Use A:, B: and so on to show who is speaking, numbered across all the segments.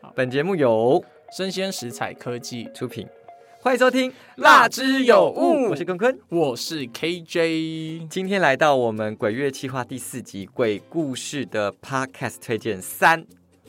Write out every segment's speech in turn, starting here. A: 好，
B: 本节目由
A: 生鲜食材科技，
B: 出品，欢迎收听《
A: 辣之有物
B: 我是坤坤。
A: 我是 KJ。
B: 今天来到我们鬼月计划第四集《鬼故事》的 Podcast 推荐三，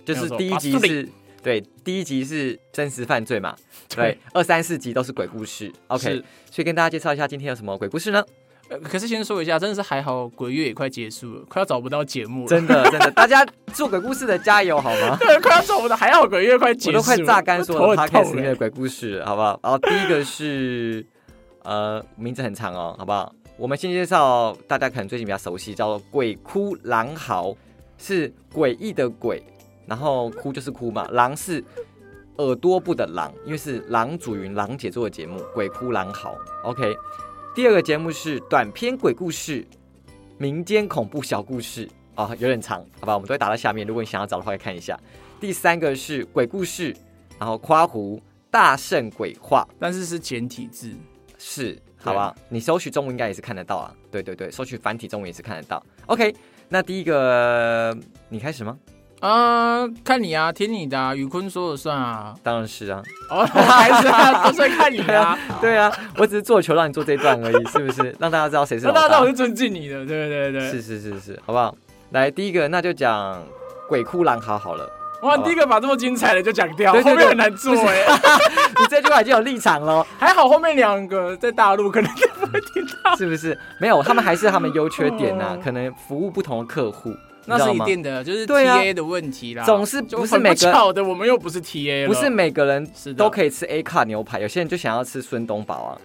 B: 就是第一集
A: 没有
B: 是，对，第一集是真实犯罪嘛，对，二三四集都是鬼故事。OK，
A: 是
B: 所以跟大家介绍一下今天有什么鬼故事呢？
A: 呃可是先说一下，真的是还好，鬼月也快结束了，快要找不到节目了，
B: 真的真的，大家做鬼故事的加油好吗？
A: 对，快要找不到，还好鬼月快结
B: 我
A: 束了，
B: 都快榨干所有
A: 我头很
B: Podcast
A: 痛啊欸
B: 里面
A: 了
B: 的鬼故事了，好不好？然后第一个是， 呃，名字很长哦，好不好？我们先介绍大家可能最近比较熟悉，叫做《鬼哭狼嚎》，是诡异的鬼，然后哭就是哭嘛，狼是耳朵部的狼，因为是郎祖云、郎姐做的节目《鬼哭狼嚎》。OK，第二个节目是短篇鬼故事、民间恐怖小故事啊、有点长，好吧，我们都会打到下面，如果你想要找的话，可以看一下。第三个是鬼故事，然后夸胡大圣鬼话
A: 但是是简体字，
B: 是，好吧？你搜取中文应该也是看得到啊。对对对，搜取繁体中文也是看得到。OK，那第一个你开始吗？
A: 啊、看你啊，听你的、啊，宇坤说了算啊。
B: 当然是啊，
A: 哦，还是啊，都是在看你啊。
B: 对啊，我只是做球让你做这一段而已，是不是？让大家知道谁是
A: 啊 那
B: 老
A: 大家知道我
B: 大。
A: 是尊敬你的，对对对
B: 是是是是，好不好？来第一个，那就讲鬼哭狼嚎好了。
A: 哇，
B: 好吧
A: 第一个把这么精彩的就讲掉，
B: 对对对
A: 后面很难做哎、
B: 你这句话已经有立场 了，
A: 还好后面两个在大陆可能就不会听到。
B: 是不是？没有，他们还是他们优缺点呐、
A: 哦
B: 可能服务不同的客户，你
A: 那
B: 知道
A: 是一
B: 吗？
A: 定的，就是
B: 对啊
A: TA 的问题啦。
B: 总是
A: 就
B: 不是
A: 很
B: 每个
A: 巧的，我们又不是 TA 了。
B: 不是每个人
A: 是的
B: 都可以吃 A 卡牛排，有些人就想要吃孙东宝啊。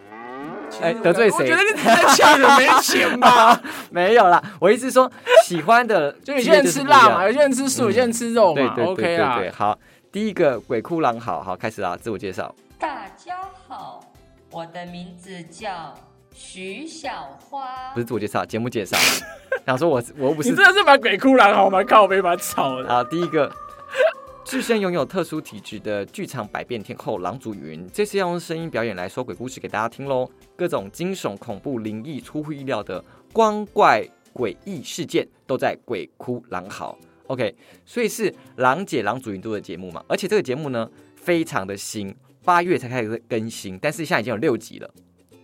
B: 哎得罪谁
A: 我觉得你只在呛人没钱 吧？
B: 没有啦，我意思是说喜欢的
A: 就
B: 就
A: 有
B: 是不一样，
A: 些
B: 嗯
A: 人吃辣嘛，有些人吃素，有些人吃肉
B: 对
A: 嘛
B: 对对
A: ，OK
B: 对对，
A: 啦。
B: 好。第一个鬼哭狼嚎，好开始啦，自我介绍。
C: 大家好，我的名字叫徐小花
B: 不。是自我介绍，节目介绍。想说我我又不
A: 你
B: 是
A: 真的是蛮鬼哭狼嚎，蛮靠背，蛮吵的。
B: 啊，第一个。自身拥有特殊体质的剧场百变天后郎祖云，这次要用声音表演来说鬼故事给大家听喽。各种惊悚、恐怖、灵异、出乎意料的光怪诡异事件都在鬼哭狼嚎。OK，所以是郎姐郎祖云做的节目嘛，而且这个节目呢非常的新，八月才开始更新，但是现在已经有六集了。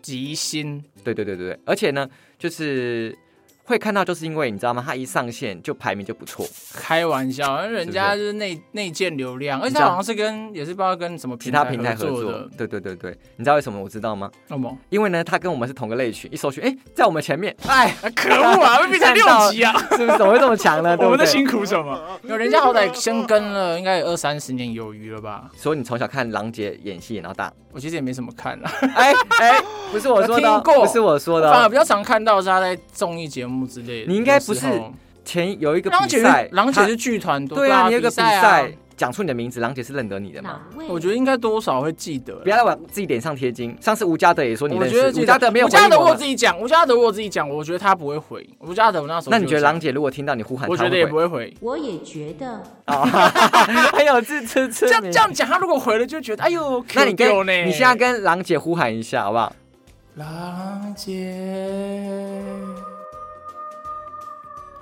A: 吉星
B: 对对对对对，而且呢就是会看到，就是因为你知道吗？它一上线就排名就不错，
A: 开玩笑，人家就是内内建流量，而且它好像是跟也是不知道跟什么
B: 其他平台合
A: 合
B: 作
A: 的。。哦
B: 对对对对，你知道为什么我知道吗？
A: 那 么
B: 因为呢，他跟我们是同个类群，一搜寻，哎，在我们前面，哎，
A: 可恶啊，会变成六级啊！
B: 是不是怎么会这么强 呢？对
A: 我
B: 不
A: 们在
B: 对？
A: 辛苦什么？有人家好歹深耕了，应该有二三十年有余了吧？
B: 所以你从小看郎姐演戏演到大，
A: 我其实也没什么看啊，
B: 哎哎，不是我说的哦，
A: 我听过
B: 不是我说的
A: 反而
B: 哦，
A: 比较常看到的是他在综艺节目之类的。
B: 你应该不是
A: 有时候
B: 前有一个
A: 郎
B: 比
A: 姐
B: 赛
A: 是，郎姐
B: 她
A: 是剧团多，
B: 对啊，你有一个比
A: 赛啊
B: 赛，讲出你的名字，郎姐是认得你的嘛？
C: 哪位？
A: 我觉得应该多少会记得啦。
B: 不要再往自己脸上贴金。上次吴家德也说你
A: 我
B: 认
A: 觉得
B: 识，
A: 记
B: 吴
A: 得
B: 家德没有
A: 吴
B: 回
A: 家
B: 应
A: 德
B: 我
A: 我
B: 们
A: 自。己讲，吴家德我自己讲，我觉得他不会回。吴家德我那时候
B: 那你
A: 就
B: 觉得
A: 讲
B: 郎？姐如果听到你呼喊，
A: 我觉
B: 她
A: 得
B: 会
A: 也
B: 回
A: 不会回。
C: 我也觉得
B: 很有自知之
A: 这样
B: 明
A: 这。样讲，他如果回了就觉得哎呦，
B: 那你
A: Q 丢
B: 跟
A: 呢？
B: 你现在跟郎姐呼喊一下好不好？
A: 郎姐，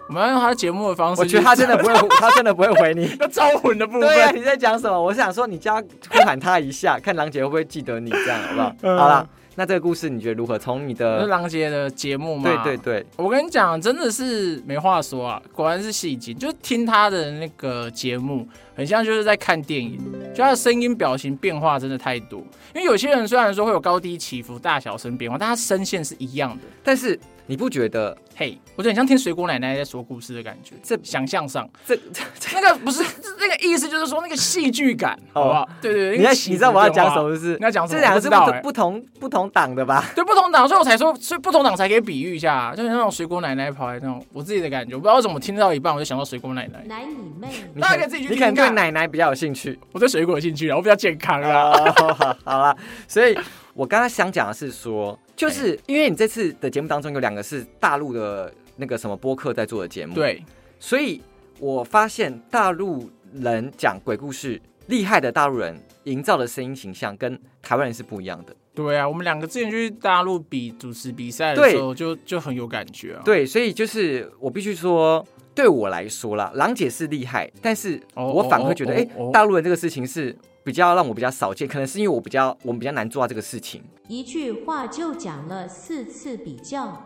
A: 我们要用他节目的方式，
B: 我觉得他真的不会，他真的不会回你。
A: 那招魂的 部
B: 对呀、啊，
A: 分。
B: 你在讲什么？我是想说，你叫他呼喊他一下，看郎姐会不会记得你，这样好不好？
A: 嗯
B: 好啦，那这个故事你觉得如何？从你
A: 是
B: 的
A: 郎姐的节目嘛？
B: 对对对，
A: 我跟你讲，真的是没话说啊，果然是戏精。就是听他的那个节目，很像就是在看电影，就他的声音、表情变化真的太多。因为有些人虽然说会有高低起伏、大小声变化，但他声线是 一样的。
B: 但是你不觉得
A: 嘿、我觉得很像听水果奶奶在说故事的感觉。
B: 这
A: 想象上，
B: 这这
A: 那个不是那个意思，就是说那个戏剧感，好不好？对对对，
B: 哦你在
A: 那个
B: 你
A: 起伏
B: 知道我要
A: 变
B: 讲
A: 化
B: 什么？是不是
A: 你？要讲什么？
B: 这两
A: 我
B: 个
A: 不
B: 是不
A: 知道
B: 同
A: 哎
B: 不同不同党的吧？
A: 对不同党，所以我才说，所以不同党才可以比喻一下、啊，就是那种水果奶奶跑来那种，我自己的感觉，我不知道为什么听到一半我就想到水果奶奶。
C: 奶你妹，
B: 你
A: 大家
B: 可能
A: 可以自己去
B: 你可能
A: 听
B: 对
A: 看
B: 奶奶比较有兴趣。
A: 我对水果有兴趣啊，我比较健康啊。
B: 啊， 好啦，所以我刚刚想讲的是说，
A: 哎
B: 就是因为你这次的节目当中有两个是大陆的那个什么播客在做的节目，，
A: 对，
B: 所以我发现大陆人讲鬼故事厉害的大陆人营造的声音形象跟台湾人是不一样的，
A: 对啊，我们两个之前去大陆比主持比赛的时候，就就很有感觉啊。，
B: 对，所以就是我必须说。对我来说啦，郎姐是厉害，但是
A: 哦
B: 我反而会觉得，
A: 哦
B: 哎、
A: 哦哦
B: 大陆人这个事情是比较让我比较少见，可能是因为我比较我们比较难做到这个事情。
D: 一句话就讲了四次比较。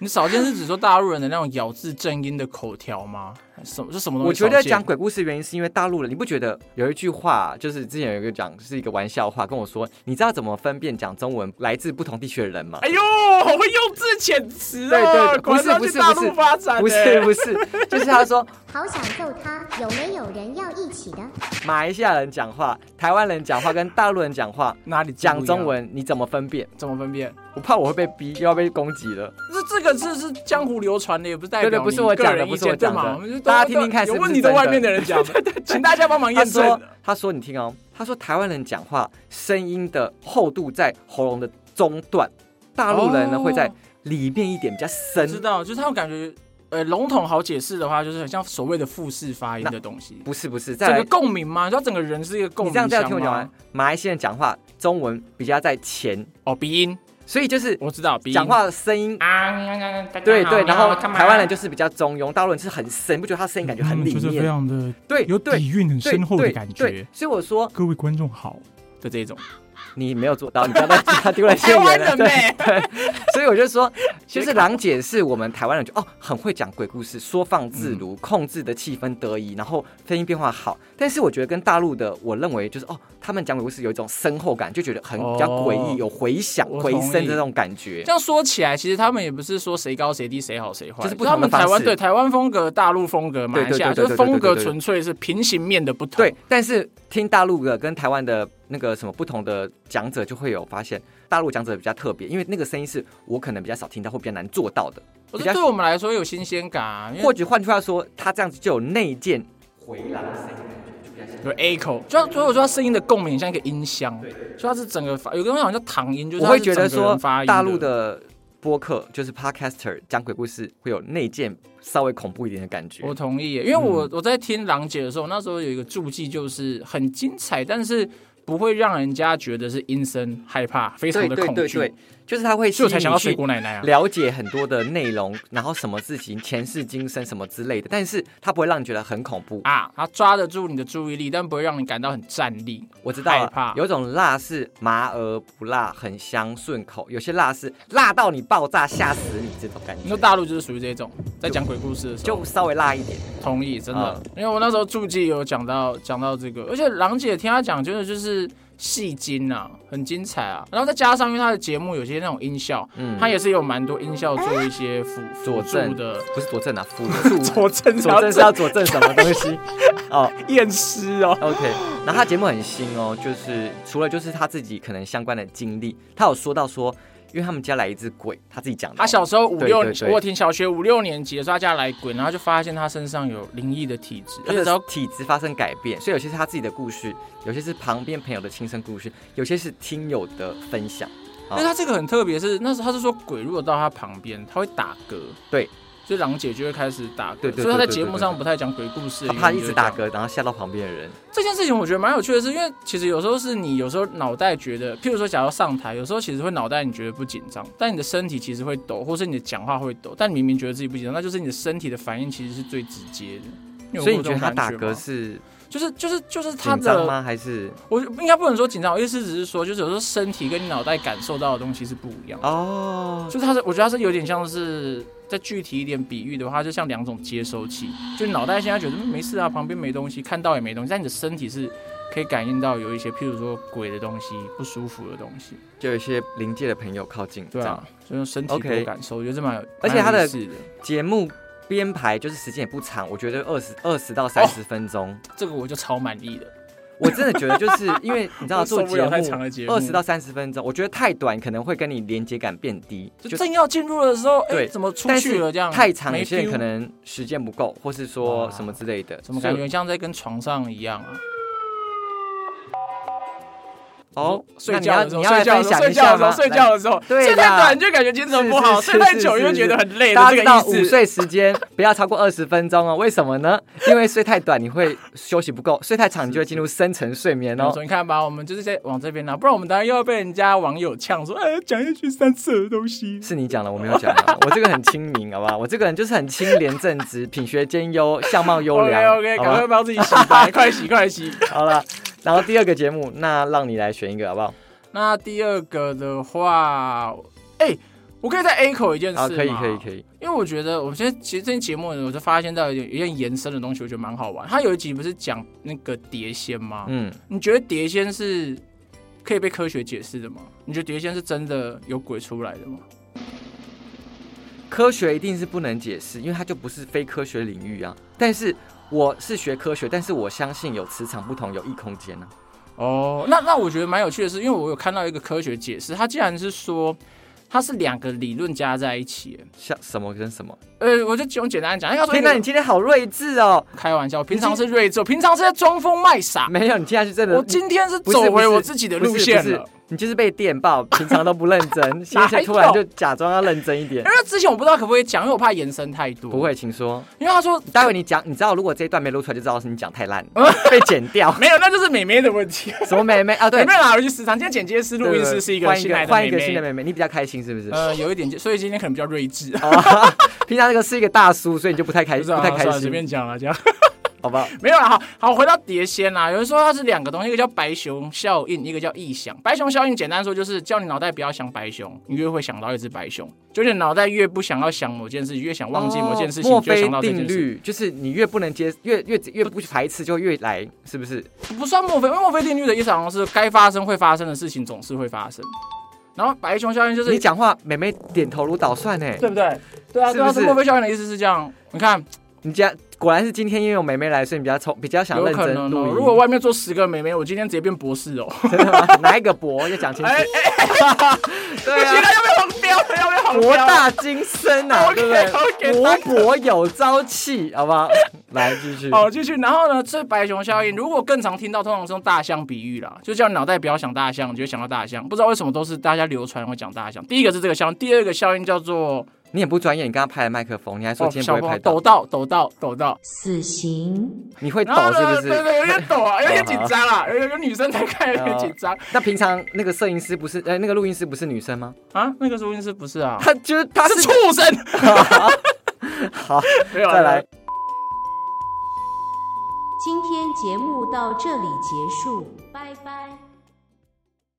A: 你少见是指说大陆人的那种咬字正音的口条吗？什么是什么东西？
B: 我觉得讲鬼故事的原因是因为大陆人，你不觉得有一句话，就是之前有一个讲是一个玩笑话，跟我说，你知道怎么分辨讲中文来自不同地区的人吗？
A: 哎呦，好会用字遣词
B: 对对，
A: 哦！
B: 对
A: 果
B: 不
A: 然
B: 是
A: 要
B: 不
A: 去
B: 是
A: 大
B: 不是
A: 陆发展、欸，
B: 不是不是， 就是他说
E: 好想揍他！有没有人要一起的？
B: 马来西亚人讲话、台湾人讲话跟大陆人讲话
A: 哪里
B: 讲中文，你怎么分辨？
A: 怎么分辨？
B: 我怕我会被逼，又要被攻击了。
A: 这这个字是江湖流传的，也不是代表
B: 对对不
A: 你
B: 是我
A: 个
B: 讲的
A: 人
B: 不
A: 意
B: 是我
A: 见对
B: 讲的
A: 嘛我们就都
B: 大家听听看
A: 有
B: 是不
A: 问
B: 是
A: 你的
B: 真
A: 外
B: 的
A: 面的人讲的，请大家帮忙
B: 他
A: 验
B: 说
A: 证。：“
B: 他说你听哦，他说台湾人讲话声音的厚度在喉咙的中段，大陆人呢、
A: 哦
B: 会在里面一点比较深。
A: 知道，就是他们感觉，呃，笼统好解释的话，就是很像所谓的复式发音的东西，
B: 不是不是，再
A: 整
B: 来
A: 个共鸣吗？你知道整个人是一个共
B: 你
A: 鸣
B: 这样这样听我
A: 箱
B: 讲
A: 吗
B: 完，马来西亚人讲话中文比较在前，
A: 哦，鼻音，
B: 所以就是
A: 我知道鼻音
B: 讲话的声音。”
A: 啊，
B: 对对，然后台湾人
A: 就
B: 就是比较中庸，大陆人是很深，不觉得他声音感觉很里
A: 嗯就是非
B: 面？
A: 常的
B: 对，
A: 有
B: 对
A: 底蕴、很
B: 对
A: 深厚的
B: 对
A: 感
B: 对
A: 觉。
B: 所以我说
A: 各位观众好的这种，
B: 你没有做到，你不要再 加丢了现眼了。对，所以我就说，其实郎姐是我们台湾人就哦，很会讲鬼故事，说放
A: 嗯
B: 自如，控制的气氛得宜，然后声音变化好。但是我觉得跟大陆的，我认为就是哦，他们讲鬼故事有一种深厚感，就觉得很
A: 哦
B: 比较诡异，有回响、
A: 我
B: 回
A: 同
B: 声的
A: 意
B: 这种感觉
A: 这。样说起来，其实他们也不是说谁高谁低、谁好谁坏，
B: 就是不
A: 他
B: 同的
A: 们
B: 方
A: 台湾
B: 式
A: 对台湾风格、大陆风格、马
B: 对
A: 来
B: 对
A: 西亚
B: 对对
A: 就
B: 对对
A: 是风
B: 对
A: 格
B: 对
A: 纯粹是平行面的不同。
B: 对，，但是听大陆的跟台湾的那个什么不同的讲者，就会有发现大陆讲者比较特别，因为那个声音是我可能比较少听到，或比较难做到的。
A: 我
B: 比
A: 觉得
B: 较
A: 对我们来说有新鲜感啊，因
B: 或
A: 为
B: 者换句话说，他这样子就有内建
A: 有 echo，就像所以我说它声音的共鸣像一个音箱，所以它是整个发有个东西好像叫躺音，就是
B: 我
A: 它
B: 会
A: 是
B: 觉得
A: 整个
B: 说
A: 人发，音
B: 大陆的播客就是 podcaster 讲鬼故事会有内建稍微恐怖一点的感觉
A: 我。同意耶，因为
B: 嗯
A: 我、我在听郎姐的时候，那时候有一个注记，就是很精彩，但是不会让人家觉得是阴森害怕，非常
B: 对
A: 的
B: 对
A: 恐
B: 对
A: 惧。
B: 对，就是他会吸
A: 所以
B: 引
A: 我才想到
B: 你
A: 水
B: 去
A: 果奶奶啊。
B: 了解很多的内容，然后什么事情前世今生什么之类的，但是他不会让你觉得很恐怖。
A: 啊，它抓得住你的注意力，但不会让你感到很站立。
B: 我知道
A: 害怕
B: 了，有一种辣是麻而不辣，很香顺口；有些辣是辣到你爆炸，吓死你这种感
A: 你
B: 觉
A: 说。大陆就是属于这种，在讲鬼故事的时候，
B: 就稍微辣一点，
A: 同意，真的，
B: 啊
A: 因为我那时候注记有讲到讲到这个，而且郎姐听她讲，真的就是戏精啊，很精彩啊。然后再加上因为她的节目有些那种音效，
B: 嗯
A: 她也是有蛮多音效做一些辅
B: 佐
A: 辅
B: 证
A: 助的。
B: 不是佐证啊，辅 助
A: 佐证
B: 佐证是要佐证什么东 西？哦，
A: 验尸 哦，
B: OK，然后他节目很新哦，就是除了就是他自己可能相关的经历，他有说到说，因为他们家来一只鬼，他自己讲的哦。
A: 她小时候五
B: 对
A: 六，
B: 对对
A: 我有听小学五六年级的时候，她家来鬼，然后就发现她身上有灵异的体质，
B: 他
A: 而且只要
B: 的体质发生改变，所以有些是他自己的故事，有些是旁边朋友的亲身故事，有些是听友的分享。
A: 因为他这个很特别，是那时候他是说鬼如果到他旁边，他会打嗝。
B: 对，
A: 所以郎姐就会开始打嗝。
B: 对对对
A: 所以他在
B: 对对
A: 节目
B: 对
A: 上
B: 对哦
A: 不太讲鬼故事，
B: 他怕一直打。嗝，然后吓到旁边的人。
A: 这件事情我觉得蛮有趣的是，因为其实有时候是你有时候脑袋觉得，譬如说假如上台，有时候其实会脑袋你觉得不紧张，但你的身体其实会抖，或是你的讲话会抖，但你明明觉得自己不紧张，那就是你的身体的反应其实是最直接的。有
B: 所以
A: 过
B: 你
A: 这
B: 觉得
A: 种
B: 他打
A: 感觉吗
B: 嗝是
A: 就是就是就是他
B: 紧张
A: 的，
B: 吗？还是
A: 我应该不能说紧张，我意思只是说，就是有时候身体跟你脑袋感受到的东西是不一样的。
B: 哦？
A: 就是它是，我觉得它是有点像是再具体一点比喻的话，它就像两种接收器，就脑袋现在觉得嗯没事啊，旁边没东西，看到也没东西，但你的身体是可以感应到有一些，譬如说鬼的东西、不舒服的东西，
B: 就有一些临界的朋友靠近，
A: 对
B: 这样
A: 啊，所以用身体多
B: OK
A: 感受我觉得这蛮有，
B: 而且它的
A: 蛮有意思的
B: 节目编排就是时间也不长，我觉得二十二十到三十分钟。
A: 这个我就超满意的，
B: 我真的觉得，就是因为你知道
A: 我
B: 做
A: 受不了
B: 节
A: 太长的节目
B: 目二十到三十分钟，我觉得太短可能会跟你连接感变低，
A: 就正要进入的时候，哎，
B: 对
A: 怎么出
B: 但
A: 去
B: 是
A: 了这样？
B: 太长，
A: 没
B: 有些人
A: feel
B: 可能时间不够，或是说什么之类的，
A: 怎么感
B: 所以
A: 觉像在跟床上一样啊？
B: 哦，
A: 睡觉的时
B: 那你
A: 候，
B: 要
A: 睡
B: 你要
A: 觉
B: 来
A: 的
B: 分
A: 时
B: 享一下
A: 候，睡觉的时候，
B: 吗？
A: 睡觉的时候，
B: 对啦
A: 睡太短就感觉精神不好，
B: 是
A: 睡太久又觉得很累的
B: 是是大家
A: 这个
B: 知道
A: 意
B: 午
A: 思。
B: 睡时间 不要超过二十分钟哦。为什么呢？因为睡太短你会休息不够，睡太长你就会进入深层睡眠
A: 然
B: 哦
A: 后。说你看吧，我们就是在往这边拿，不然我们当然又要被人家网友呛说，哎，讲一句三次的东西。
B: 是你讲的，我没有讲的。 我这个很清明，好不好？我这个人就是很清廉正直，品学兼 优，相貌优
A: OK
B: 良。
A: OK，
B: 好
A: 赶快
B: 吧，
A: 帮自己洗白，快洗快洗。
B: 好了。然后第二个节目，那让你来选一个好不好？
A: 那第二个的话，哎、我可以再 A 口一件事吗
B: 啊，可以，可以，可。以。
A: 因为我觉得，我现在其实这期节目呢，我就发现到有点有点延伸的东西，我觉得蛮好玩。它有一集不是讲那个碟仙吗？
B: 嗯，
A: 你觉得碟仙是可以被科学解释的吗？你觉得碟仙是真的有鬼出来的吗？
B: 科学一定是不能解释，因为它就不是非科学领域啊。但是我是学科学，但是我相信有磁场不同，有异空间啊呢、
A: 哦，那那我觉得蛮有趣的是，因为我有看到一个科学解释，它竟然是说它是两个理论加在一起。
B: 像什么跟什么？
A: 呃，我就用简单地讲，要说
B: 天哪，你今天好睿智哦！
A: 开玩笑，我平常是睿智，我平常是在装疯卖傻。
B: 没有，你现在是真的。
A: 啊我今天嗯是
B: 不是
A: 走
B: 不
A: 回
B: 是
A: 我自己的路线
B: 不是不
A: 了
B: 是。你就是被电 爆，平常都不认真，现
A: 哪
B: 在
A: 有
B: 突然就假装要认真一点
A: 因。为之前我不知道可不可以讲，因为我怕延伸太多。
B: 不，会，请说。
A: 因为他说
B: 待会你讲，你知道如果这一段没录出来，就知道是你讲太烂，被剪掉。
A: 没有，那就是美眉的问题。
B: 什么妹妹啊？ 对
A: 美眉，拿回去时长，今天剪接师、
B: 对
A: 哎录音
B: 对
A: 师是一个
B: 换一
A: 新来
B: 个
A: 的
B: 换一
A: 美
B: 个新的
A: 眉，
B: 妹妹，你比较开心是不是？
A: 呃，有一点，所以今天可能比较睿智。
B: 哦， 平常那个是一个大叔，所以你就不太开
A: 不
B: 不
A: 是啊，
B: 太
A: 算
B: 开
A: 了随便
B: 心，哦
A: 讲了，这样
B: 好不好？
A: 没有啦。好好，回到碟仙啊啦，有人说它是两个东西，一个叫白熊效应，一个叫异想。白熊效应简单说就是叫你脑袋不要想白熊，你越会想到一只白熊。就是你脑袋越不想要想某件事，越想忘记某件事情，
B: 哦
A: 就会想
B: 墨
A: 到
B: 菲
A: 这
B: 定
A: 件事。
B: 律就是你越不能接，越越越不排斥，就越来，是不是？
A: 不算墨菲，因为墨菲定律的意思好像是该发生会发生的事情总是会发生。然后白熊效应就是
B: 你讲话，妹妹点头如捣蒜呢。
A: 对不对？对啊，
B: 是
A: 对啊，
B: 不
A: 是
B: 是
A: 墨菲效应的意思是这样。你看，
B: 你家果然是今天因为有妹妹来，所以你比较聪，比较想
A: 有
B: 认
A: 可
B: 真
A: 能
B: 录
A: 哦。
B: 音。
A: 如果外面坐十个美眉，我今天直接变博士哦。
B: 真的吗？哪一个博要讲清楚
A: 哎？
B: 对
A: 现
B: 啊，
A: 在要被黄标了，要被黄标
B: 博
A: 了。
B: 大精深啊，
A: OK，
B: 对不
A: OK，
B: 对？博博有朝气，好不好？来继续。
A: 好，继续。然后呢，这白熊效应，如果更常听到，通常是用大象比喻啦，就叫你脑袋不要想大象，你就会想到大象。不知道为什么都是大家流传会讲大象。第一个是这个效应，第二个效应叫做
B: 你也不专业，你刚刚拍了麦克风，你还说
A: 哦，
B: 今
A: 小
B: 天不
A: 朋
B: 会
A: 友
B: 拍到
A: 抖，到抖到抖到，
D: 死刑、
B: 你会抖
A: 然后
B: 是
A: 呢，
B: 不
A: 对
B: 是？
A: 对，有点抖 啊，有点紧张啦，有有有女生才看有点紧张
B: 那平常那个摄影师不是，呃，那个录音师不是女生吗？
A: 啊。那个录音师不是啊，
B: 他就是 他
A: 他是
B: 是
A: 畜生。
B: 好，
A: 没有啊
B: 再来，
D: 今天节目到这里结束，拜拜。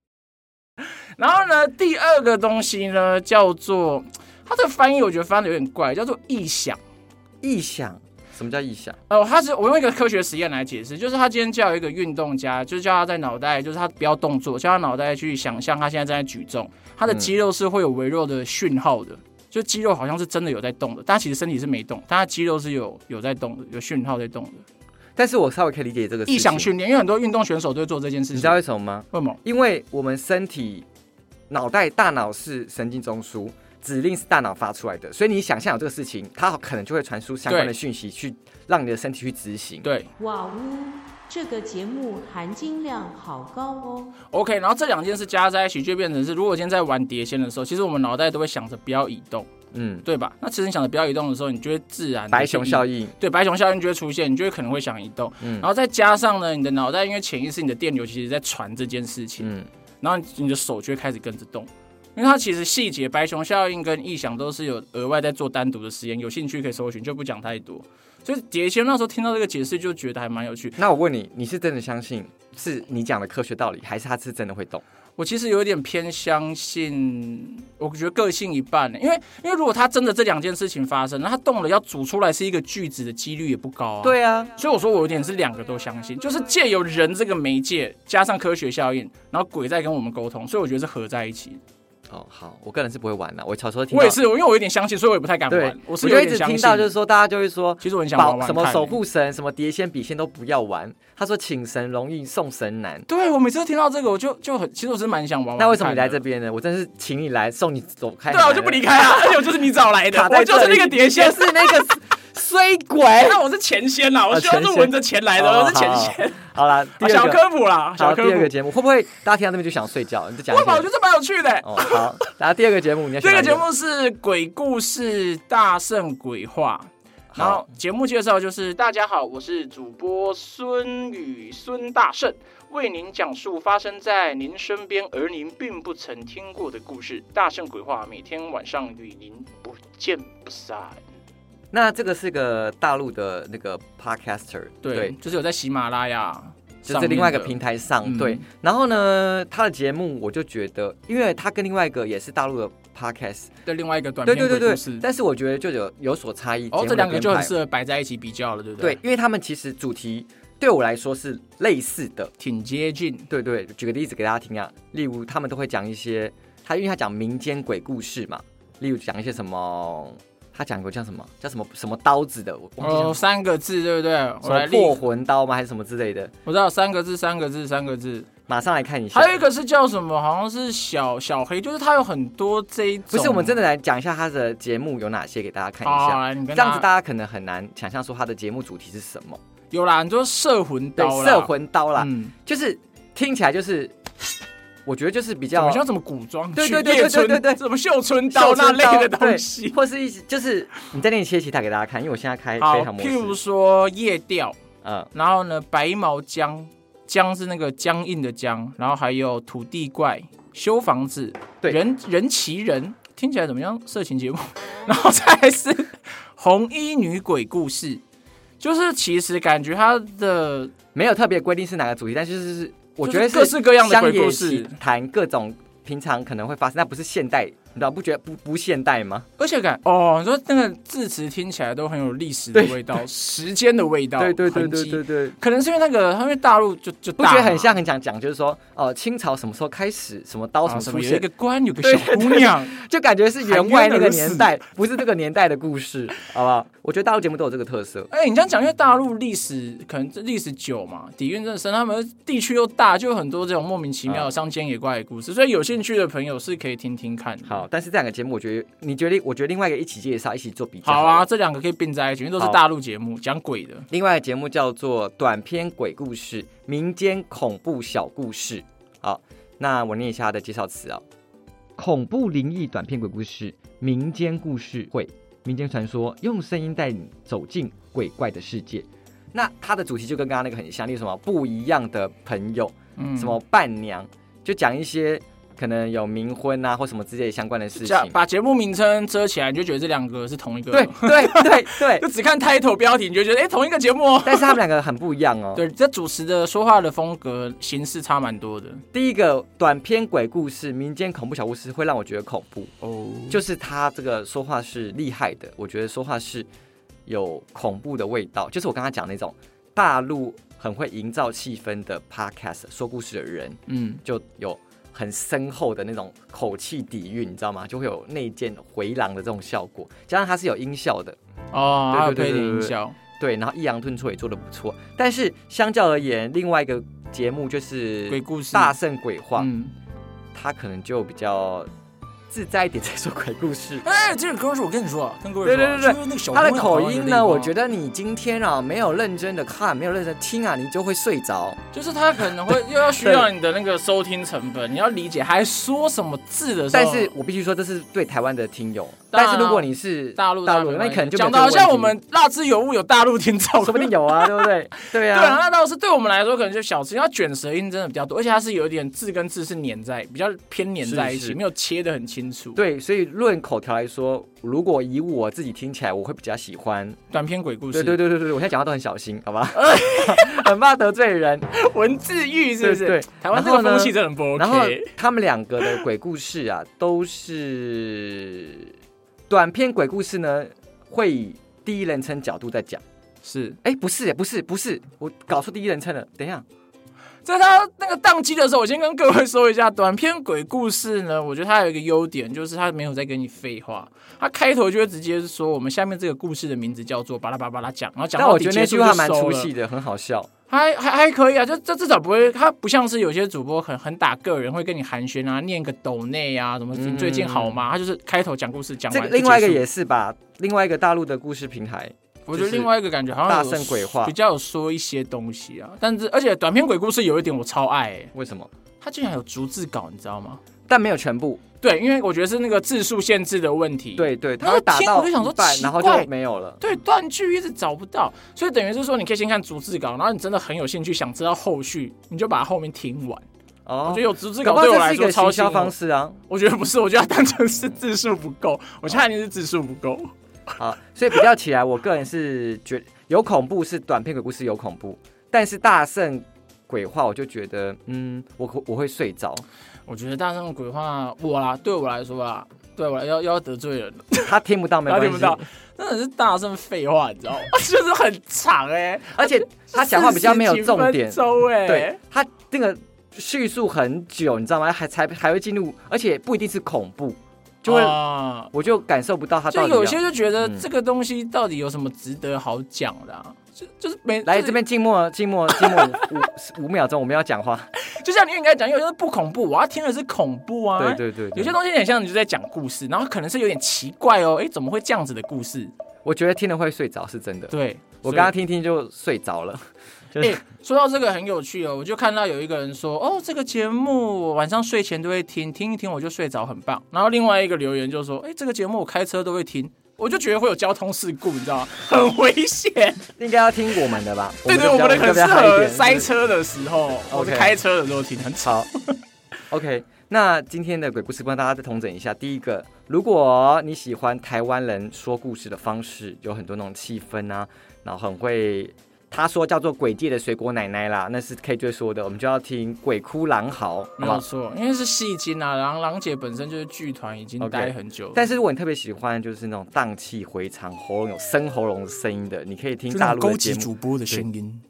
A: 然后呢，第二个东西呢叫做它的翻译，我觉得翻的有点怪，叫做臆想。
B: 臆想，什么叫臆想？
A: 呃，它是我用一个科学实验来解释，就是他今天叫一个运动家，就是叫他在脑袋，就是他不要动作，叫他脑袋去想象他现在正在举重，他
B: 嗯
A: 的肌肉是会有微弱的讯号的，就肌肉好像是真的有在动的，但其实身体是没动，但他肌肉是有有在动的，有讯号在动的。
B: 但是我稍微可以理解这个事情
A: 臆想训练，因为很多运动选手都会做这件事
B: 呃你
A: 情。
B: 知道为什么吗？
A: 为什么？
B: 因为我们身体脑袋大脑是神经中枢，指令是大脑发出来的，所以你想象有这个事情，它可能就会传输相关的
A: 对
B: 讯息去让你的身体去执行。，
A: 对
D: 哇呜，这个节目含金量好高哦！
A: ，OK，然后这两件事加在一起，就变成是，如果今天在玩碟仙的时候，其实我们脑袋都会想着不要移动，
B: 嗯，
A: 对吧？那其实你想着不要移动的时候，你就会自然地
B: 白
A: 去
B: 熊
A: 移
B: 效应，
A: 对白熊效应就会出现，你就会可能会想移动，
B: 嗯
A: 然后再加上呢，你的脑袋因为潜意识你的电流其实在传这件事情，
B: 嗯，
A: 然后你的手就会开始跟着动，因为它其实细节白熊效应跟臆想都是有额外在做单独的实验，有兴趣可以搜寻，就不讲太多。所以碟仙那时候听到这个解释就觉得还蛮有趣，
B: 那我问你，你是真的相信是你讲的科学道理，还是它是真的会动？
A: 我其实有点偏相信，我觉得个性一半欸呢，因为因为如果他真的这两件事情发生，那他动了要组出来是一个句子的几率也不高啊。
B: 对啊，
A: 所以我说我有点是两个都相信，就是借由人这个媒介加上科学效应，然后鬼在跟我们沟通，所以我觉得是合在一起。
B: 哦，好，我个人是不会玩的，我小时候听
A: 我
B: 到
A: 也。是，因为我有点相信，所以我也不太敢
B: 对
A: 玩，。
B: 我
A: 是
B: 就
A: 有
B: 一
A: 点
B: 直
A: 相
B: 听
A: 信。
B: 到，就是说大家就会说，
A: 其实我很想玩
B: 保
A: 玩
B: 什么
A: 看
B: 守
A: 欸
B: 护神、什么碟仙、笔仙都不要玩。他说请神容易送神难，
A: 对我每次听到这个，我就就很，其实我是蛮想玩玩看的。啊
B: 那为什么你来这边呢？我真是请你来，送你走开。
A: 对啊，我就不离。开啊，而且我就是你找来的，
B: 卡在
A: 我就是那个碟仙
B: 就，是那个 衰鬼。
A: 那 我是前仙啦，我希望是闻着钱来的，
B: 哦
A: 我是前
B: 好
A: 仙。
B: 好啦，第
A: 啊
B: 二
A: 小
B: 个，
A: 科普啦，小
B: 好，
A: 科
B: 第二
A: 普
B: 个。节目会不会大家听到那边就想睡觉？你再讲一
A: 为什么我
B: 下
A: 觉得。这蛮有趣的、欸
B: 哦，好，然后第二个节目你要
A: 这
B: 选哪
A: 个
B: 一
A: 节目是鬼故事大圣鬼话，然后节目介绍就是大家好，我是主播孙宇孙大圣，为您讲述发生在您身边而您并不曾听过的故事。大圣鬼话每天晚上与您不见不散。
B: 那这个是个大陆的那个 podcaster，
A: 对，
B: 对，
A: 就是有在喜马拉雅，
B: 就是另外一个平
A: 台。
B: 台上，
A: 嗯
B: 对。然后呢，他的节目我就觉得，因为他跟另外一个也是大陆的 podcast，
A: 的另外一个短
B: 对
A: 片
B: 对对
A: 鬼
B: 对
A: 故事，
B: 但是我觉得就有有所差异。节
A: 哦
B: 目，的
A: 这两个就很
B: 编排
A: 适合摆在一起比较了，对不对？
B: 对，，因为他们其实主题对我来说是类似的，
A: 挺接近。
B: 对对，举个例子给大家听啊，例如他们都会讲一些，他因为他讲民间鬼故事嘛，例如讲一些什么，他讲过叫什么叫什么什么刀子的，我忘记叫什么
A: 哦，三个字，对不对？
B: 什
A: 我
B: 么
A: 来立，
B: 破魂刀吗？还是什么之类的？
A: 我知道三个字，三个字，三个字。
B: 马上来看一下。
A: 还有一个是叫什么？好像是小小黑，就是它有很多这一种。
B: 不是，我们真
A: 的
B: 的来讲一下他的节目有哪些，给大家看一
A: 好，
B: 下。
A: 来你
B: 这
A: 跟
B: 样子
A: 大
B: 大家可能很难想象说他的节目主题是什么。
A: 有啦，你说摄魂
B: 对
A: 刀，啦，
B: 摄魂刀啦，
A: 嗯，
B: 就是听起来就是，我觉得就是比
A: 怎
B: 较
A: 么像什么古装剧、
B: 对对对对
A: 夜春
B: 对对对
A: 什么绣春刀
B: 秀
A: 那
B: 春刀
A: 类的东西
B: 对。或是一些就是你在那里切其他给大家看，因为我现在开
A: 好
B: 非常，模
A: 譬如
B: 式，
A: 说夜钓，
B: 嗯，
A: 然后呢白毛姜，姜是那个僵硬的姜，然后还有土地怪、修房子、
B: 对
A: 人人骑人，听起来怎么样？色情节目， 然后再来是红衣女鬼故事，就是其实感觉它的
B: 没有特别规定是哪个主题，但是就是我觉
A: 就
B: 得
A: 是各式各样的鬼故事
B: 乡野奇谈各种平常可能会发生，那不是现代，你知道不觉得不不现代吗？
A: 而且感哦，你说那个字词听起来都很有历史的味道，时间的味道，
B: 对对对
A: 痕迹
B: 对对对。
A: 可能是因为那个，因为大陆就就
B: 不
A: 大啊
B: 觉
A: 嘛
B: 得很像很想讲，就是说，哦、清朝什么时候开始，什么刀什
A: 啊
B: 么
A: 什
B: 出
A: 么有一
B: 现，
A: 个官，有个小姑娘，
B: 就感觉是员外那个年代，不是这个年代的故事，好不好？我觉得大陆节目都有这个特色，
A: 哎、你这样讲，因为大陆历史可能历史久嘛，底蕴真的深，他们地区又大，就有很多这种莫名其
B: 啊
A: 妙的伤天野怪的故事，所以有兴趣的朋友是可以听听看的。
B: 好，但是这两个节目，我觉得你觉得，我觉得另外一个一起介绍，一起做比较。
A: 好啊，，这两个可以并在一起，因为都是
B: 好
A: 大陆节目，讲鬼的。
B: 另外一个节目叫做短篇鬼故事、民间恐怖小故事。好，那我念一下它的介绍词啊、恐怖灵异短篇鬼故事、民间故事会、民间传说，用声音带你走进鬼怪的世界。那它的主题就跟刚刚那个很像，例如什么不一样的朋友，
A: 嗯，
B: 什么伴娘，就讲一些可能有冥婚啊或什么之类相关的事
A: 这样
B: 情。
A: 把节目名称遮起来，你就觉得这两个是同一个。
B: 对对对
A: 就
B: 对，
A: 只看 title 标题，你就觉得哎、诶同一个节目哦。
B: 但是他们两个很不一样哦。
A: 对，这主持的说话的风格形式差蛮多的
B: 第一个短篇鬼故事、民间恐怖小故事会让我觉得恐怖，
A: 哦。
B: 就是他这个说话是厉害的，我觉得说话是有恐怖的味道，就是我刚刚讲那种大陆很会营造气氛的 podcast 说故事的人，
A: 嗯，
B: 就有很深厚的那种口气底蕴，你知道吗？就会有内建回廊的这种效果，加上它是有音效的，
A: 哦，还有
B: 对
A: 配
B: 对对对
A: 点音
B: 对
A: 效，
B: 对，然后抑扬顿挫也做的不错，但是相较而言，另外一个节目就是
A: 鬼故事
B: 大圣鬼话，
A: 嗯，。
B: 他可能就比较自在一点在说鬼故事
A: 哎，这个故事我跟你说，跟各位
B: 对
A: 说，
B: 对对对
A: 就是那个小
B: 他的
A: 姑娘啊
B: 口音呢，我觉得
A: 得
B: 你今天啊没有认真的看，没有认真地听啊，你就会睡着。
A: 就是他可能会又要需要你的那个收听成本，你要理解还说什么字的时候。
B: 但是我必须说，这是对台湾的听友。
A: 当
B: 但
A: 然啊
B: 是如果你是
A: 大陆
B: 大
A: 陆
B: 陆，那你可能就没有
A: 讲的好
B: 这个
A: 像
B: 问
A: 我
B: 题
A: 们蜡之有物有大陆听众，
B: 说不定有啊，对不对？对
A: 对啊，
B: 啊，
A: 那倒是对我们来说可能就小吃，因为它卷舌音真的比较多，而且它是有一点字跟字是粘在，比较偏粘在一起，
B: 是是
A: 没有切的很清楚。，
B: 对，所以论口条来说，如果以我自己听起来，我会比较喜欢。
A: 短篇鬼故
B: 对
A: 事，
B: 对对对对，我现在讲话都很小心，好 吧？很怕得罪人。
A: 对， 文字狱是不是？
B: 对对
A: 台湾这个风气真的很不 OK。
B: 然后他们两个的鬼故事啊，都是短篇鬼故事呢，会以第一人称角度在讲。
A: 是，
B: 哎，不是，不是，不是，我搞错第一人称了。等一下，
A: 在他那个宕机的时候，我先跟各位说一下，短篇鬼故事呢，我觉得它有一个优点，就是它没有在跟你废话，它开头就会直接说我们下面这个故事的名字叫做巴拉巴拉巴拉讲，然后讲
B: 但
A: 到
B: 我
A: 底
B: 觉得那
A: 结束
B: 句
A: 就
B: 话蛮
A: 收
B: 出
A: 了
B: 戏的，很好笑。
A: 还还还可以啊，就这至少不会，他不像是有些主播很很打个人，会跟你寒暄啊，念个抖内啊，什么
B: 嗯
A: 你最近好吗？他就是开头讲故事讲
B: 这
A: 完
B: 个
A: 就结束。
B: 另外一个也是吧，另外一个大陆的故事平台
A: 我觉得
B: 就是
A: 另外一个感觉好像有
B: 大圣鬼话
A: 比较有说一些东西啊。但是而且短篇鬼故事有一点我超爱、欸，
B: 为什么？
A: 它竟然有逐字稿，你知道吗？
B: 但没有全部，
A: 对，因为我觉得是那个字数限制的问题。
B: 对对，
A: 那
B: 他
A: 我
B: 会打
A: 听
B: 到
A: 我就想说
B: 一半
A: 奇
B: 然后
A: 怪
B: 就没有了。
A: 对，断句一直找不到，所以等于是说，你可以先看逐字稿，然后你真的很有兴趣想知道后续，你就把它后面听完。
B: 哦，
A: 我觉得有逐字
B: 搞
A: 稿
B: 不好
A: 对我
B: 这
A: 来
B: 是一个
A: 说超
B: 行
A: 新哦
B: 销方
A: 颖。
B: 式啊。
A: 我觉得不是，我觉得它单纯是字数不够，我现在一定是字数不够。
B: 好，所以比较起来，我个人是觉有恐怖是短篇鬼故事有恐怖，但是大圣鬼话我就觉得，嗯，我可我会睡着。
A: 我觉得大圣鬼话，我啦，对我来说啦，对我来要要得罪人了，
B: 他听不到没
A: 大家
B: 关
A: 听不到
B: 系，，
A: 真的是大圣废话，你知道吗？ 就是很长哎、
B: 而且他讲话比较没有重点，
A: 周哎、
B: 对他那个叙述很久，你知道吗？还才还会进入，而且不一定是恐怖，就会、
A: 啊
B: 我就感受不到他
A: 就
B: 到底
A: 有
B: 要。
A: 些就觉得
B: 嗯
A: 这个东西到底有什么值得好讲的、啊？就就是没
B: 来
A: 就是
B: 这边静默， 静默，静默五五五秒钟，我们要讲话。
A: 就像你应该讲，因为就是不恐怖，我要听的是恐怖啊。
B: 对对对，对
A: 有些东西很像你就在讲故事，然后可能是有点奇怪哦，哎，怎么会这样子的故事？
B: 我觉得听了会睡着，是真的。
A: 对，
B: 我刚刚听听就睡着了。
A: 哎、诶说到这个很有趣哦，我就看到有一个人说，哦，这个节目我晚上睡前都会听，听一听我就睡着，很棒。然后另外一个留言就说，哎，这个节目我开车都会听。我就觉得会有交通事故，你知道吗？ 很危险。
B: 应该要听我们的吧？
A: 对对，
B: 就
A: 我
B: 比较
A: 们的可能适
B: 就比较嗨一
A: 合
B: 点
A: 塞。车的时候，或者
B: OK
A: 开车的时候听，很吵。
B: 好，OK。那今天的鬼故事帮大家再统整一下。第一个，如果你喜欢台湾人说故事的方式，有很多那种气氛啊，然后很会，他说叫做鬼界的水果奶奶啦，那是 K 最说的，我们就要听鬼哭狼嚎，好
A: 没
B: 不好
A: 有？错，因为是戏精啊，然后郎姐本身就是剧团已经
B: OK
A: 待很久了
B: 但是如果你特别喜欢就是那种荡气回肠、喉咙有生喉咙的声音的，你可以听
A: 就
B: 大
A: 那
B: 陆
A: 种
B: 的
A: 勾
B: 节
A: 起
B: 目
A: 主。播的声音，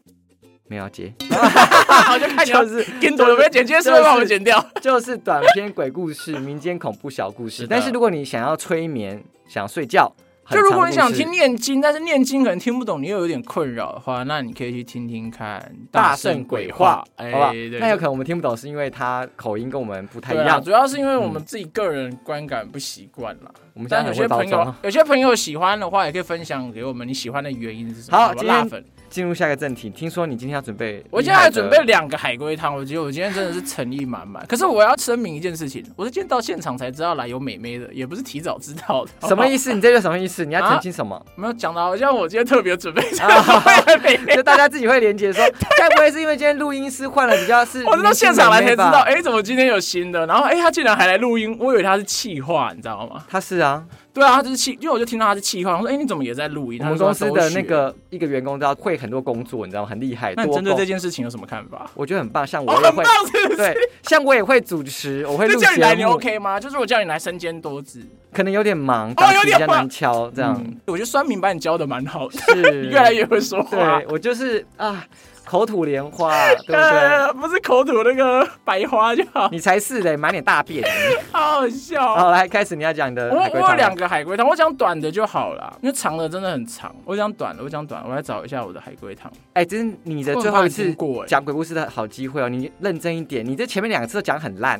B: 没有要接，
A: 我就哎看你要
B: 就是
A: 跟多了，被剪接是不是把我们剪 掉？
B: 就是短篇鬼故事、民间恐怖小故
A: 是
B: 事。
A: 的
B: 但是如果你想要催眠、想要睡觉，很
A: 就如果
B: 长
A: 你
B: 的故
A: 想
B: 事
A: 听念经，但是念经可能听不懂，你又有点困扰的话，那你可以去听听看《
B: 大
A: 圣
B: 圣鬼
A: 话
B: 话，》
A: 哎，
B: 好不好？
A: 对
B: 那有可能我们听不懂，是因为他口音跟我们不太一
A: 对啊
B: 样
A: 主。要是因为我们自己个人观感不习惯啦。
B: 我嗯们现
A: 但
B: 在
A: 有
B: 很
A: 些
B: 会包
A: 朋
B: 装
A: 友
B: 啊。，
A: 有些朋友喜欢的话，也可以分享给我们你喜欢的原因是什么？
B: 好
A: 不
B: 今天
A: 辣粉，
B: 进入下一个正题，听说你今天要准备，
A: 我今天还准备。两个海龟汤，我觉得我今天真的是诚意满满。可是我要声明一件事情，我是今天到现场才知道来有美眉的，也不是提早知道的。
B: 呃什么意
A: 思？
B: 思？你这个什么意思？你要
A: 啊
B: 澄清什么？
A: 没有讲的好像我今天特 别准备才来美眉，
B: 就大家自己会连接 说，该不会是因为今天录音师换了比较是？
A: 我是到现场来才知道，
B: 哎，
A: 哎，怎么今天有新的？然后哎，他竟然还来录音，我以为他是气话，你知道吗？
B: 他是啊，
A: 对啊，他就是气，因为我就听到他是气话，我说哎，你怎么也在录音？
B: 我
A: 他
B: 们
A: 就说
B: 公
A: 他
B: 司
A: 都
B: 的
A: 学
B: 那，个一个员工都要会很多工作，你知道吗？很厉害，
A: 那你
B: 多
A: 针对这
B: 工。
A: 件事情有什么看法？
B: 我觉得很棒，像
A: 我
B: 我也
A: 很
B: 会
A: 棒，，是不 是？
B: 对，像我也会主持，我会
A: 就
B: 录
A: 叫你来，你
B: 节目，
A: OK 吗？就是我叫你来身兼多职，
B: 可能有点忙，档期
A: 有
B: 比
A: 点
B: 较
A: 忙
B: 难敲，这样
A: 嗯我觉得酸民把你教的蛮好的。
B: 是
A: 你 越来越会说话。
B: 对我就是啊，口吐莲 花，对不对？
A: 呃，不是口吐那个白花就好，
B: 你才是嘞，满脸大 便。
A: 好好笑。
B: 好，来开始你要讲你的
A: 哦我
B: 海龟
A: 我有
B: 汤啊
A: 两
B: 了。
A: 个海龟汤，我讲短的就好了，因为长的真的很长。我讲短的，我讲短的，我来找一下我的海龟汤。
B: 哎，这是你的
A: 我很
B: 最
A: 怕
B: 后一
A: 你
B: 次
A: 听过哎
B: 讲鬼故事的好机会哦，你认真一点。你这前面两次都讲很烂，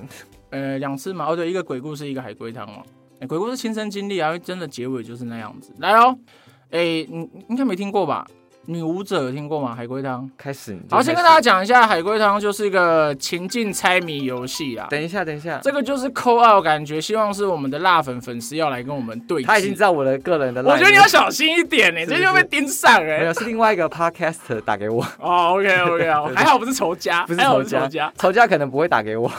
A: 呃，两次嘛，哦对，一个鬼故事，一个海龟汤嘛。哎鬼故事亲身经历啊，因为真的结尾就是那样子。来哦，哎、你你应该没听过吧？女舞者有听过吗？海龟汤。
B: 开始。
A: 好，先跟大家。讲一下，海龟汤就是一个情境猜谜游戏啊啦。
B: 等一下，等一下，
A: 这个就是扣二，感觉希望是我们的辣粉粉丝要来跟我们对峙。
B: 他已经知道我的个人的烂。
A: 我觉得你要小心一点呢、欸，
B: 是不
A: 这
B: 是
A: 就被盯上哎、
B: 没有
A: 欸。
B: 是另外一个 podcast 打给我，
A: 哦，OK OK，
B: 对
A: 还好不是仇家，
B: 不是
A: 还好
B: 仇
A: 哎不是仇
B: 家
A: 家，，
B: 仇家可能不会打 给我，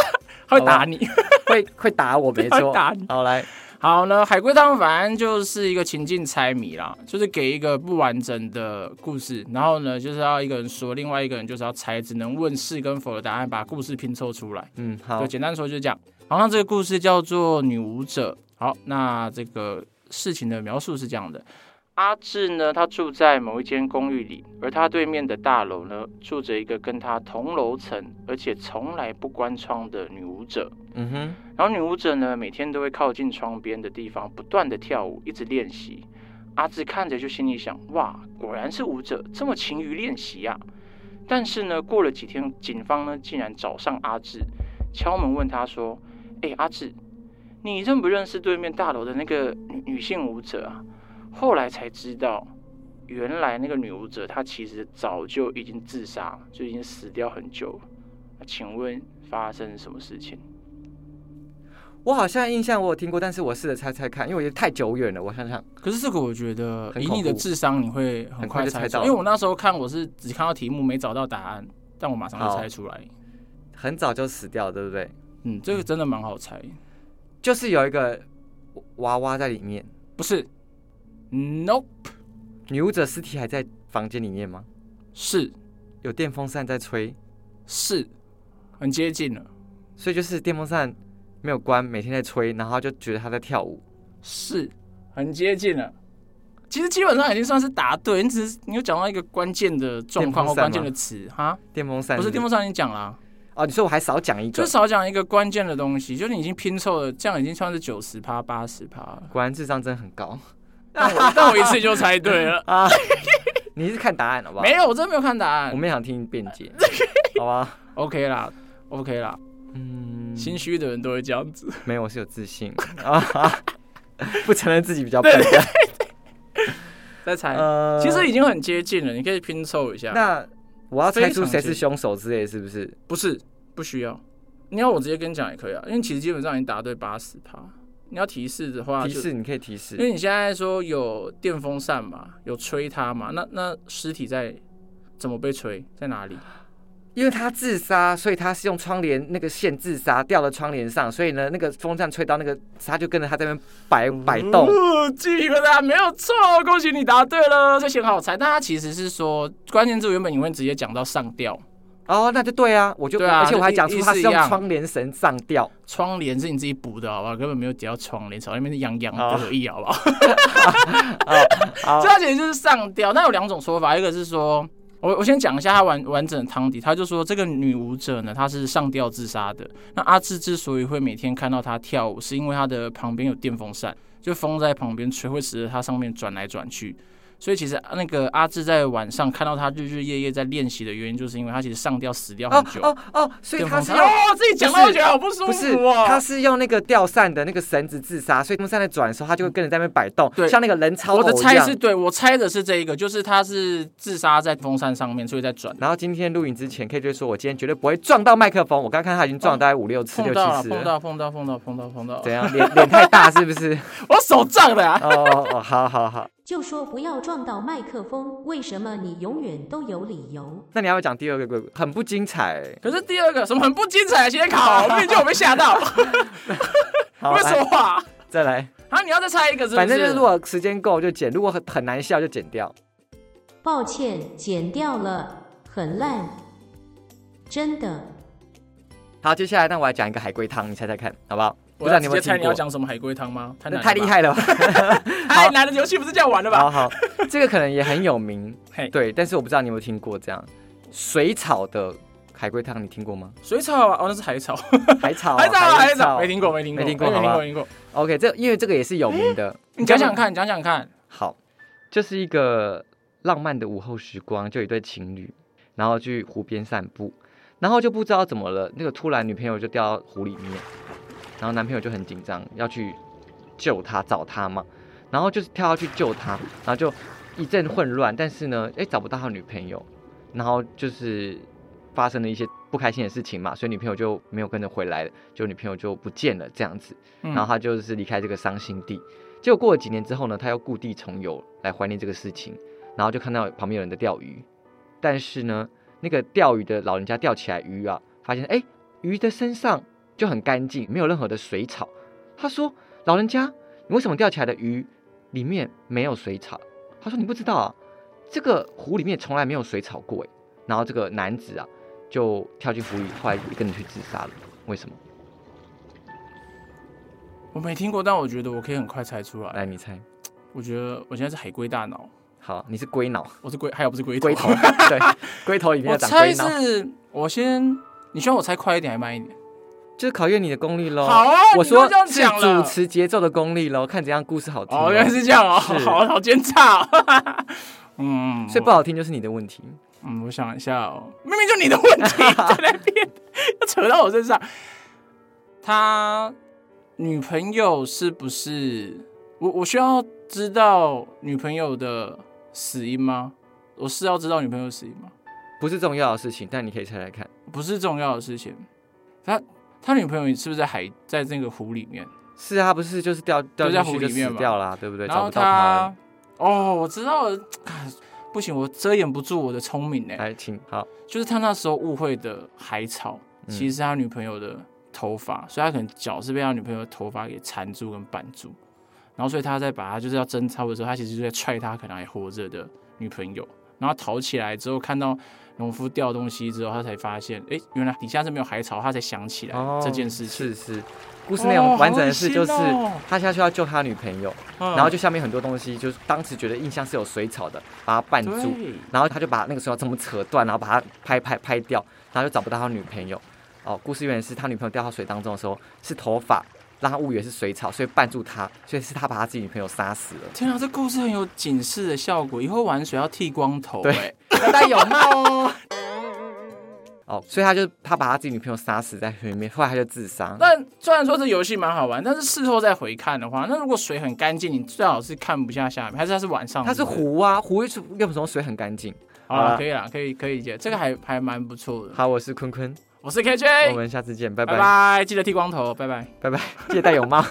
A: 他会打你。
B: 会会打我，没
A: 他会
B: 错。
A: 打你
B: 好来，
A: 好呢，海龟汤反正就是一个情境猜谜啦，就是给一个不完整的故事，然后呢就是要一个人说，另外一个人就是要猜，只能问是跟否的答案，把故事拼凑出来。
B: 嗯，好
A: 就，简单说就是这样。好，那这个故事叫做《女舞者》。好，那这个事情的描述是这样的：阿志呢，他住在某一间公寓里，而他对面的大楼呢，住着一个跟他同楼层，而且从来不关窗的女舞者。
B: 嗯哼，
A: 然后女舞者呢，每天都会靠近窗边的地方不断的跳舞，一直练习。阿志看着就心里想：哇，果然是舞者，这么勤于练习啊！但是呢，过了几天，警方呢竟然找上阿志，敲门问他说：“哎、阿志，你认不认识对面大楼的那个女女性舞者啊？”后来才知道，原来那个女舞者她其实早就已经自杀，就已经死掉很久了。那请问发生什么事情？
B: 我好像印象我有听过，但是我试着猜猜看，因为我觉得太久远了。我想想，
A: 可是这个我觉得
B: 很
A: 以
B: 恐
A: 你的
B: 怖
A: 智商，你会
B: 很
A: 很
B: 快
A: 快
B: 就猜
A: 猜
B: 到
A: 到。因为我那时候看我是只看到题目没找到答案，但我马上
B: 好
A: 就猜出来。
B: 很早就死掉了，对不对？
A: 嗯，这个真的蛮好猜。
B: 就是有一个娃娃在里面，
A: 不是，Nope，
B: 女舞者尸体还在房间里面吗？
A: 是
B: 有电风扇在吹，
A: 是，很接近了，
B: 所以就是电风扇没有关，每天在吹，然后她就觉得她在跳舞。
A: 是很接近了。其实基本上已经算是答对，你只是你有讲到一个关键的状况或
B: 电风扇吗
A: 关键的词哈，
B: 电风扇
A: 不是电风
B: 扇
A: 扇已经讲了啊、
B: 哦，你说我还少讲一
A: 就
B: 个
A: 是，少讲一个关键的东西，就是你已经拼凑了，这样已经算是九十趴、八十趴了。
B: 果然智商真的很高
A: 但我但我一次就猜对了，
B: 啊！你是看答案好不好？
A: 没，有，我真的没有看答
B: 我
A: 案。
B: 们也想听辩 解，好吧？
A: OK 啦，OK 啦，
B: 嗯，
A: 心虚的人都会这样 子。
B: 没有，我是有自信 啊，不承认自己比较笨。
A: 再猜，
B: 呃
A: 其实已经很接近了，你可以拼凑一下。
B: 那我要猜
A: 非
B: 出
A: 常
B: 谁是
A: 接近
B: 凶手之类，是不是？
A: 不是，不需要。你要我直接跟你讲也可以啊，因为其实基本上已经答对八十趴。你要提示的话
B: 提
A: 就，
B: 示你可以提
A: 因
B: 示，
A: 为你现在说有电风扇嘛，有吹它嘛，那那尸体在怎么被吹，在哪里？
B: 因为他自杀，所以他是用窗帘那个线自杀，掉到窗帘上，所以呢，那个风扇吹到那个，他就跟着他这边摆摆动。
A: 哦记得啦，没有错，恭喜你答对了，这些很好猜。但它其实是说，关键字原本你会直接讲到上吊，
B: 哦，那就对啊，我就
A: 对啊
B: 而且我还
A: 就
B: 讲出
A: 意
B: 他
A: 意思
B: 是
A: 一
B: 用
A: 样
B: 窗帘绳上吊。
A: 窗帘是你自己补的，好不好？根本没有提到窗帘，少那边是洋洋
B: 哦
A: 得意，好不好？啊
B: 好
A: 这它其实就是上吊。那有两种说法，一个是说，我我先讲一下它完完整的汤底，他就说这个女舞者呢，她是上吊自杀的。那阿志之所以会每天看到她跳舞，是因为她的旁边有电风扇，就风在旁边吹，会使得她上面转来转去。所以其实那个阿志在晚上看到她日日夜夜在练习的原因，就是因为她其实上吊死掉很
B: 哦
A: 久。
B: 哦哦，所以
A: 电
B: 他
A: 风
B: 是
A: 扇
B: 要。
A: 哦，自己讲到我觉得好不舒
B: 不是
A: 服哦。，
B: 他是用那个吊扇的那个绳子自杀，所以电风扇在转的时候，他就会跟着在那边摆动，
A: 对
B: 像那个人操
A: 我的
B: 偶一
A: 猜
B: 样
A: 是对，我猜的是这一个，就是他是自杀在风扇上面，所以在转。
B: 然后今天录影之前，K J 说我今天绝对不会撞到麦克风。我刚看他已经撞了大概五六次、
A: 碰
B: 六
A: 到了，
B: 七啊次
A: 哦碰
B: 了。
A: 到，碰到，碰到，碰到，碰 到。
B: 怎样？脸脸太大是不是？
A: 我手胀了、啊。
B: 哦哦哦，好好好。
D: 就说不要撞到麦克风，为什么你永远都有理由？
B: 那你要不要讲第二个鬼故很不精彩、欸。
A: 可是第二个什么很不精彩，先考，明明就我被 吓到，
B: 好，
A: 为什
B: 来
A: 么啊？
B: 再来？
A: 啊，你要再猜一个是不是？
B: 反正就是如果时间够就剪，如果很很难笑就剪掉。
D: 抱歉，剪掉了，很烂，真的。
B: 好，接下来那我来讲一个海龟汤，你猜猜看好不好？不
A: 我
B: 知道
A: 要
B: 你
A: 直
B: 有没
A: 接
B: 有
A: 猜
B: 听
A: 你要
B: 过？
A: 讲什么海龟汤吗？太
B: 那
A: 难，
B: 太厉，害了吧！
A: 太难的游戏不是这样玩的吧？
B: 好好，这个可能也很有名，
A: 嘿，
B: 对，但是我不知道你有没有听过这样水草的海龟汤，你听过吗？
A: 水草啊，哦，那是海草，
B: 海草，
A: 海草啊，海
B: 草
A: 草，没听过，没听过，哎
B: 没听过
A: 没
B: 好
A: 听过，
B: 吧
A: 没听过。
B: OK，这因为这个也是有名的，
A: 你讲讲看，你讲讲看，
B: 好，这是一个浪漫的午后时光，就有一对情侣，然后去湖边散步，然后就不知道怎么了，那个突然女朋友就掉到湖里面，然后男朋友就很紧张，要去救她找她嘛，然后就是跳下去救她，然后就一阵混乱，但是呢，哎找不到他女朋友，然后就是发生了一些不开心的事情嘛，所以女朋友就没有跟着回来了，就女朋友就不见了这样子。
A: 嗯
B: 然后他就是离开这个伤心地。结果过了几年之后呢，他又故地重游来怀念这个事情，然后就看到旁边有人在钓鱼，但是呢，那个钓鱼的老人家钓起来鱼啊，发现哎，鱼的身上就很干净，没有任何的水草。他说：“老人家，你为什么钓起来的鱼里面没有水草？”他说：“你不知道啊，这个湖里面从来没有水草过。”哎，然后这个男子啊，就跳进湖里，后来跟着去自杀了。为什么？
A: 我没听过，但我觉得我可以很快猜出来。
B: 来，你猜。
A: 我觉得我现在是海龟大脑，
B: 好，你是龟脑。
A: 我是龟，还有不是龟
B: 龟头，对，龟头里面
A: 我
B: 要长龟
A: 猜
B: 脑，
A: 是，我先，你希望我猜快一点还是慢一点？
B: 就是考验你的功力喽。
A: 好啊
B: 我
A: 你都
B: 说
A: 这样
B: 是
A: 讲
B: 主
A: 了
B: 持节奏的功力喽，看怎样故事好听咯。
A: 哦，原来是这样哦，
B: 是
A: 好好奸诈、哦。嗯，
B: 所以不好听就是你的问题。
A: 嗯，我想一下哦，明明就你的 问题在那边，要扯到我身上。他女朋友是不是？我我需要知道女朋友的死因吗？我是要知道女朋友死因吗？
B: 不是重要的事情，但你可以猜猜看。
A: 不是重要的事情。他他女朋友是不是在海在那个湖里面？
B: 是啊，他不是就是掉掉
A: 在
B: 进
A: 湖
B: 去就
A: 里面
B: 死
A: 嘛
B: 掉啦，对不对？
A: 然
B: 找
A: 后
B: 不到他
A: 他，哦，我知道了，啊不行，我遮掩不住我的聪明
B: 了。
A: 哎，
B: 来，请好，
A: 就是他那时候误会的海草，
B: 嗯
A: 其实是他女朋友的头发，所以他可能脚是被他女朋友的头发给缠住跟绑住，然后所以他在把他就是要争吵的时候，他其实就在踹他可能还活着的女朋友，然后逃起来之后看到农夫掉东西之后，他才发现，哎，原来底下是没有海草，他才想起来
B: 哦，
A: 哎这件事情。
B: 是是。故事内容完整的是，就是
A: 哦好恶心哦
B: 他下去要救他女朋友，
A: 嗯
B: 然后就下面很多东西，就是当时觉得印象是有水草的，把它绊住，
A: 嗯对
B: 然后他就把那个水草这么扯断，然后把它拍拍拍掉，然后就找不到他女朋友。哦，故事原来是他女朋友掉到水当中的时候是头发，让他误以为是水草，所以绊住他，所以是他把他自己女朋友杀死了。
A: 天啊，这故事很有警示的效果，以后玩水要剃光头、
B: 对
A: 哎，
B: 大家有闹哦。哦，所以他就他把他自己女朋友杀死在水里面，后来他就自杀。
A: 但虽然说这游戏蛮好玩，但是事后再回看的话，那如果水很干净，你最好是看不下下面，还是它是晚上？
B: 他是
A: 对不对
B: 湖啊，湖又是又什么水很干净。
A: 好了，
B: 啊
A: 可以啦，可以可以理解，这个还还蛮不错的。
B: 好，我是坤坤，
A: 我是
B: 我
A: KJ，
B: 哎们下次见，拜
A: 拜
B: 拜
A: 拜，记得剃光头，拜拜。
B: 拜拜，记得带泳帽。